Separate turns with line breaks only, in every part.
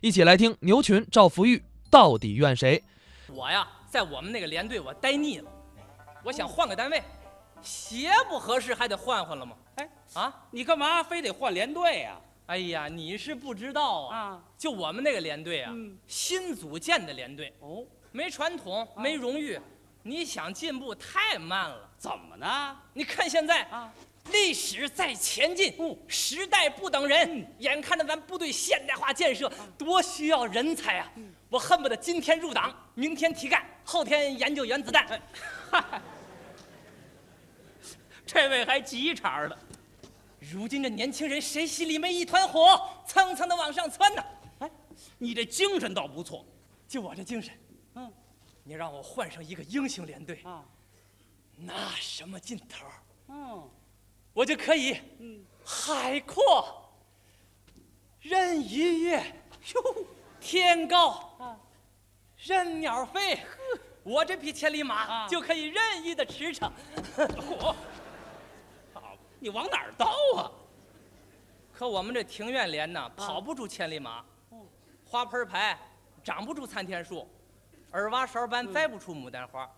一起来听牛群、赵福玉到底怨谁。
我呀，在我们那个连队我待腻了，我
嗯
想换个单位，鞋不合适还得换换了吗？
哎
啊，
你干嘛非得换连队啊呀、
哎呀，你是不知道啊，
啊？
就我们那个连队啊，
嗯
新组建的连队，
哦，
没传统，没
啊
荣誉，你想进步太慢了。
怎么呢？
你看现在
啊，
历史在前进，
嗯
时代不等人。眼看着咱部队现代化建设
啊
多需要人才啊！
嗯
我恨不得今天入党，明天提干，后天研究原子弹。
哎
这位还急茬儿了。如今这年轻人谁心里没一团火，蹭蹭的往上窜呢？哎，你这精神倒不错，就我这精神，
嗯，
你让我换上一个英雄连队，
啊，
那什么劲头儿？
嗯
我就可以
嗯，
海阔，任鱼跃，哟，天高，
啊
任鸟飞，我这匹千里马
啊
就可以任意的驰 骋。
嚯，好，你往哪儿倒啊？
可我们这庭院连呢，跑不住千里马，
哦
花盆牌长不住参天树，耳挖勺
嗯
般栽不出牡丹花，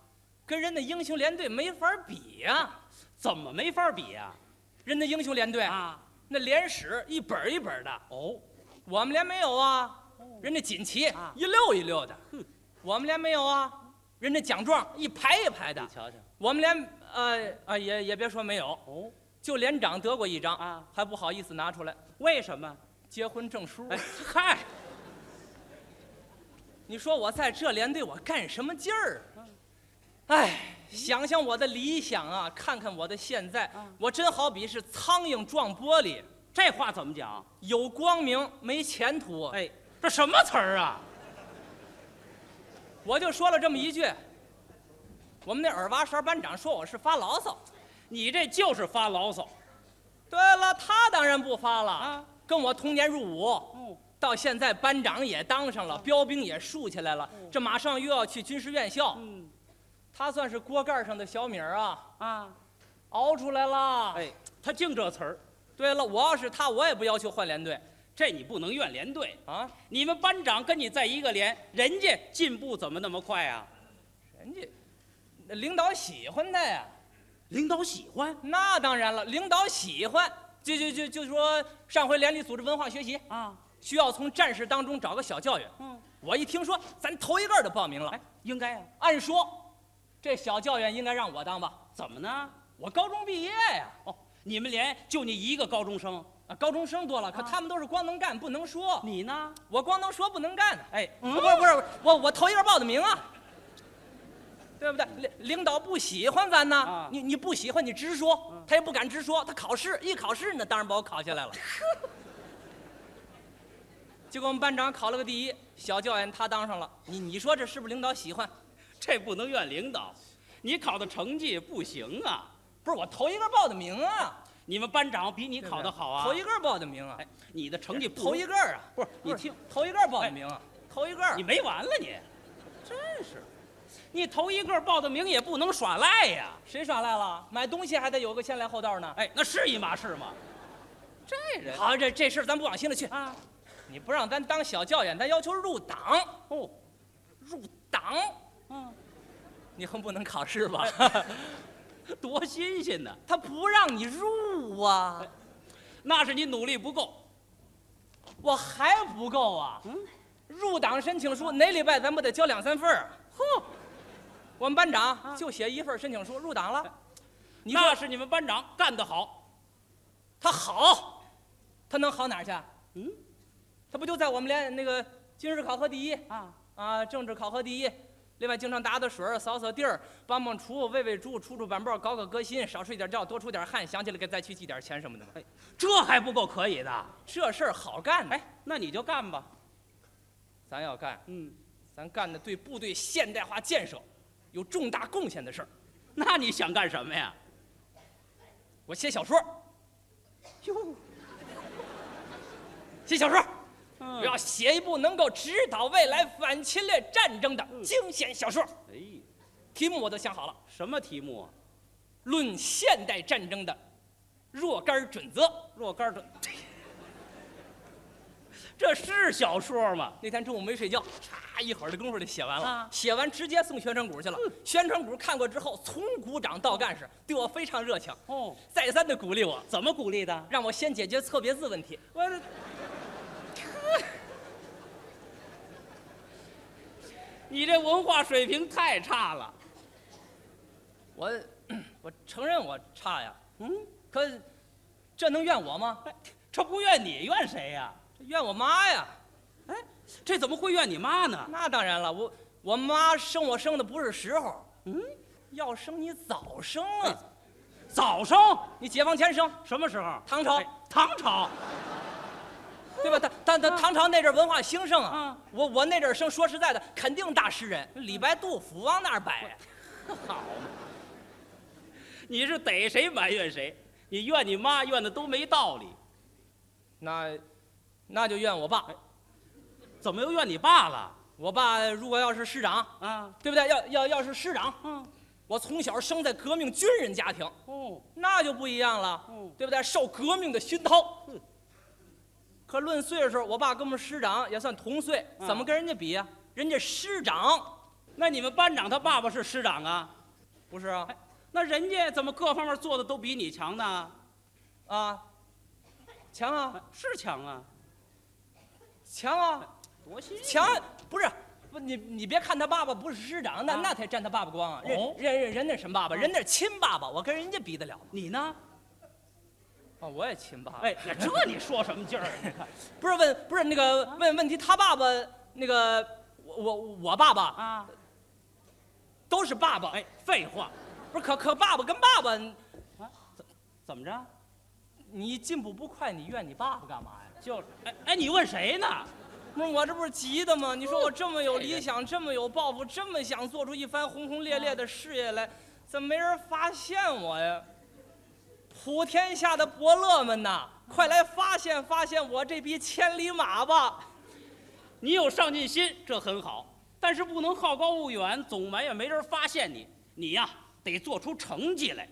跟人的英雄连队没法比呀、
怎么没法比呀、
人的英雄连队
啊？
那连史一本儿一本儿的，
哦，
我们连没有啊，人家锦旗
啊
一溜一溜的
哼，
我们连没有啊，人家奖状一排一排的
你，瞧瞧，
我们连呃啊也也别说没有，
哦，
就连长得过一张
啊，
还不好意思拿出来，
为什么？
结婚证书
哎。嗨，
你说我在这连队我干什么劲儿啊？哎，想想我的理想啊，看看我的现在
啊，
我真好比是苍蝇撞玻璃，
这话怎么讲？
有光明没前途啊。
哎，这什么词儿啊？
我就说了这么一句。我们那耳挖勺班长说我是发牢骚。
你这就是发牢骚
对了，他当然不发了，
啊！
跟我同年入伍，
哦，
到现在班长也当上了，标兵也竖起来
哦
了，这马上又要去军事院校。
嗯
他算是锅盖上的小米儿啊，
啊，
熬出来了。
哎，他净这词儿，
对了，我要是他，我也不要求换连队
这你不能怨连队。
啊。
你们班长跟你在一个连，人家进步怎么那么快啊？
人家那领导喜欢他呀，
领导喜欢
那当然了，领导喜欢。就就就就说上回连里组织文化学习，
啊，
需要从战士当中找个小教员。
嗯，
我一听说咱头一个儿的报名了
哎，，应该啊。
按说这小教员应该让我当吧？
怎么呢？
我高中毕业呀、
哦，你们连就你一个高中生，
啊，高中生多了，可
啊
他们都是光能干不能说，
你呢？
我光能说不能干。
哎，
不是不是不是，我我头一个报的名啊，对不对？领领导不喜欢咱呢
啊，嗯
你你不喜欢你直说，他也不敢直说，他考试一考试呢，当然把我考下来了。 结果我们班长考了个第一，小教员他当上了，你你说这是不是领导喜欢？
这不能怨领导，你考的成绩不行啊。
不是我头一个报的名啊，
你们班长比你考得好啊。
头一个报的名啊，
哎，你的成绩不
头一个啊，
不是哎你
不是
听，
头一个报的名啊，头一个
你没完了你，
真是
你头一个报的名也不能耍赖呀、
谁耍赖了？买东西还得有个先来后到呢。
哎，那是一码事吗？这人
好，这这事儿咱不往心里去。
啊，
你不让咱当小教员，咱要求入党，
哦，
入党，
嗯，哎
你恨不能考试吧？
多新鲜呢！
他不让你入啊，
哎那是你努力不够。
我还不够啊。
嗯
入党申请书哪礼拜咱不得交两三份儿？
哼，啊
我们班长就写一份儿申请书，入党了。你
哎那
说
是你们班长干得好。
他好，他能好哪儿去？啊
嗯，
他不就在我们连那个军事考核第一
啊，
啊，政治考核第一。另外，经常打打水儿、扫扫地儿、帮帮厨、喂喂猪、出出板报、搞搞革新，少睡点觉，多出点汗，想起来给再去寄点钱什么的嘛。
这还不够可以的。
这事儿好干呢，
哎，那你就干吧。
咱要干，
嗯，
咱干的对部队现代化建设有重大贡献的事儿。
那你想干什么呀？
我写小说，
哟，
写小说，
嗯
我要写一部能够指导未来反侵略战争的
嗯
惊险小说。
哎，
题目我都想好了，
什么题目啊？
论现代战争的若干准则。
若干的，这是小说吗？
那天中午没睡觉，嚓一会儿的功夫就写完了，
啊嗯
写完直接送宣传股去了。宣传股看过之后，从股长到干事对我非常热情，
哦，
再三的鼓励我，
怎么鼓励的？
让我先解决错别字问题。
我这，你这文化水平太差了。
我 我承认我差呀，
嗯，哎
可这能怨我吗？
这不怨你，怨谁呀、
怨我妈呀！
这怎么会怨你妈呢？
那当然了，我我妈生我生的不是时候，
嗯，哎
要生你早生啊！
早生
你解放前生，
什么时候？
唐朝
哎唐朝
对吧？但但但唐朝那阵儿文化兴盛啊
啊，嗯
我我那阵儿生，说实在的，肯定大诗人，李白、杜甫往那儿摆。
好嘛，你是逮谁埋怨谁，你怨你妈怨的都没道理，
那那就怨我
哎
爸，
怎么又怨你爸了
我爸如果要是师长，
啊？
对不对？要要要是师长，
嗯，
我从小生在革命军人家庭，
哦，
那就不一样了，
嗯
对不对？受革命的熏陶。
嗯
可论岁数，我爸跟我们师长也算同岁，
嗯
怎么跟人家比呀、人家师长
那你们班长他爸爸是师长啊？
不是啊？
那人家怎么各方面做的都比你强呢？哎
啊，强啊，
是强啊，
强啊，
多新鲜！
强啊！不是，不，你你别看他爸爸不是师长，那、
啊
那才占他爸爸光啊！人、
哦
人人人那什么爸爸？
嗯
人那是亲爸爸，我跟人家比得了吗？
你呢？
啊，我也亲爸爸。
哎，这你说什么劲儿啊？你看
不是问，不是那个
啊
问问题，他爸爸那个我我我爸爸
啊，
都是爸爸，
哎，废话，
不是可可爸爸跟爸爸，
怎么着？
你进步不快，你怨你爸爸干嘛呀？
就是，哎哎，你问谁呢？
不是我这不是急的吗？你说我这么有理想，这么有抱负，这么想做出一番轰轰烈烈的事业来，怎么没人发现我呀？普天下的伯乐们呐，快来发现发现我这匹千里马吧！
你有上进心，这很好，但是不能好高骛远，总埋怨没人发现你。你呀，得做出成绩来。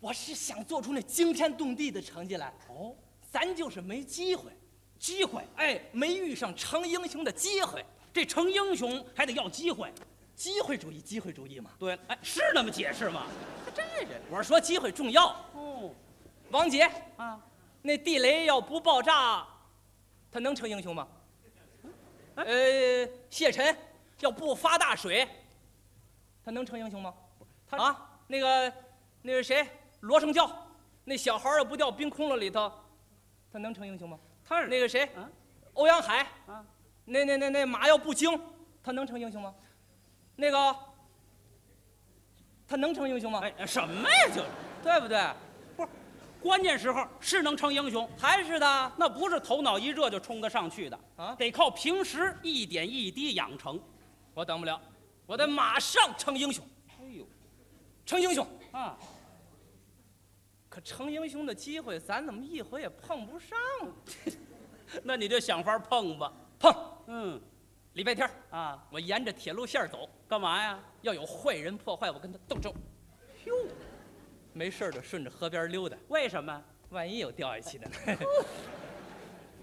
我是想做出那惊天动地的成绩来，
哦，
咱就是没机会，
机会，
哎，没遇上成英雄的机会，
这成英雄还得要机会。
机会主义，机会主义嘛。
对了，哎，是那么解释吗？这人，
我是说机会重要。
哦，
王杰，
啊，
那地雷要不爆炸，他能成英雄吗？
啊
呃，谢晨要不发大水，他能成英雄吗？
他
啊，那个那个谁，罗成教，那小孩儿要不掉冰窟窿里头，他能成英雄吗？
他是
那个谁，
啊
欧阳海，
啊
那那那那马要不精，他能成英雄吗？那个，他能成英雄吗？
哎，什么呀？就是
对不对？
关键时候是能成英雄，
还是的
那不是头脑一热就冲得上去的，
啊！
得靠平时一点一滴养成。
我等不了，我得马上成英雄，
哎呦，
成英雄。
啊，
可成英雄的机会，咱怎么一回也碰不上？啊
那你就想法碰吧。
碰！
嗯，
礼拜天儿
啊，
我沿着铁路线儿走，
干嘛呀？
要有坏人破坏，我跟他斗争。
哟，
没事儿就顺着河边溜达，
为什么？
万一有掉下去的 呢？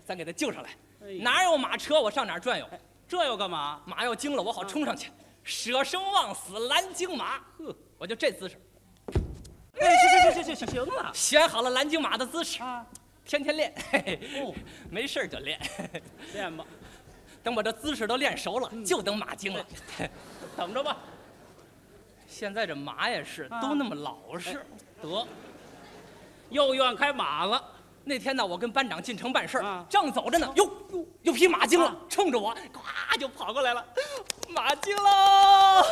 咱给他救上来。
哎呀
哪有马车，我上哪儿转悠？
这又干嘛？
马要惊了，我好冲上去，舍生忘死拦惊马。
呵，
我就这姿势，
哎，行行行行行行啊了
选好了拦惊马的姿势，
啊，
天天练。嘿嘿
哦，
没事儿就练。
练吧，
等把这姿势都练熟了，就等马经了。
等着吧。
现在这马也是
啊
都那么老实。
得，又怨开马了。
那天呢，我跟班长进城办事儿
啊，
正走着呢，哟哟，有匹马经了
啊，
冲着我，咵就跑过 来了，马经喽！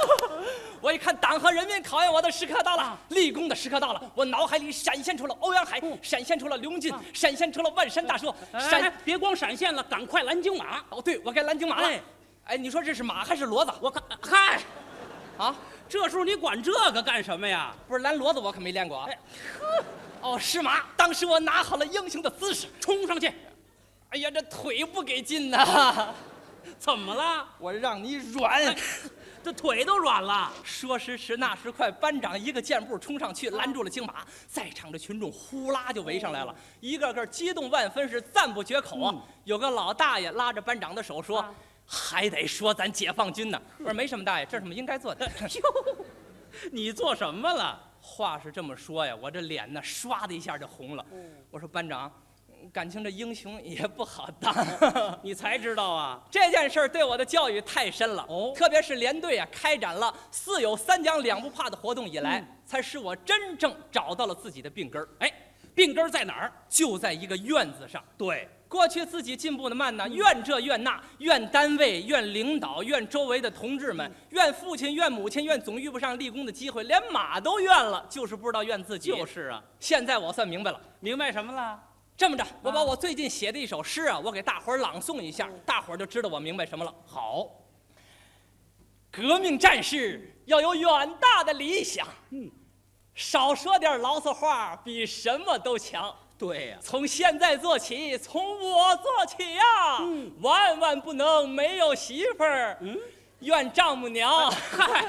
我一看党和人民考验我的时刻到了
啊，哦
立功的时刻到了，我脑海里闪现出了欧阳海，闪现出了刘文俊
啊，哎
闪现出了万山大叔，
闪、
闪
别光闪现了，赶快拦京马。
哦，对我该蓝鲸马了
哎。
哎，你说这是马还是骡子？
我看，嗨，
啊，
这时候你管这个干什么呀？
不是蓝骡子，我可没练过啊
哎。
哦，是马。当时我拿好了英雄的姿势，
冲上去，
哎呀，这腿不给劲呐、
怎么了？
我让你软，
这腿都软了。
说时迟，那时快，班长一个箭步冲上去，拦住了荆马。在场的群众呼啦就围上来了，一个个激动万分，是赞不绝口啊。有个老大爷拉着班长的手说：“
嗯啊
还得说咱解放军 呢。”我说：“没什么，大爷，这是我们应该做的。
哟，你做什么了？”
话是这么说呀，我这脸呢，唰的一下就红了。
嗯
我说：“班长，感情这英雄也不好 当。”
嗯你才知道啊！
这件事儿对我的教育太深了，
哦
特别是连队啊开展了“四有三讲两不怕”的活动以来，
嗯
才使我真正找到了自己的病根儿，
哎，病根儿在哪儿？
就在一个“怨”字上。
对，
过去自己进步的慢呢，怨这怨那，怨单位，怨领导，怨周围的同志们，怨父亲，怨母亲，怨总遇不上立功的机会，连马都怨了，就是不知道怨自己。
就，是啊，
现在我算明白了。
明白什么了？
这么着，我
嗯
把我最近写的一首诗啊，我给大伙儿朗诵一下，大伙儿就知道我明白什么了。
好，
革命战士要有远大的理想，
嗯
少说点牢骚话，比什么都强。
对呀、
从现在做起，从我做起啊呀、
嗯
万万不能没有媳妇儿。
嗯，啊
怨丈母娘。
嗨，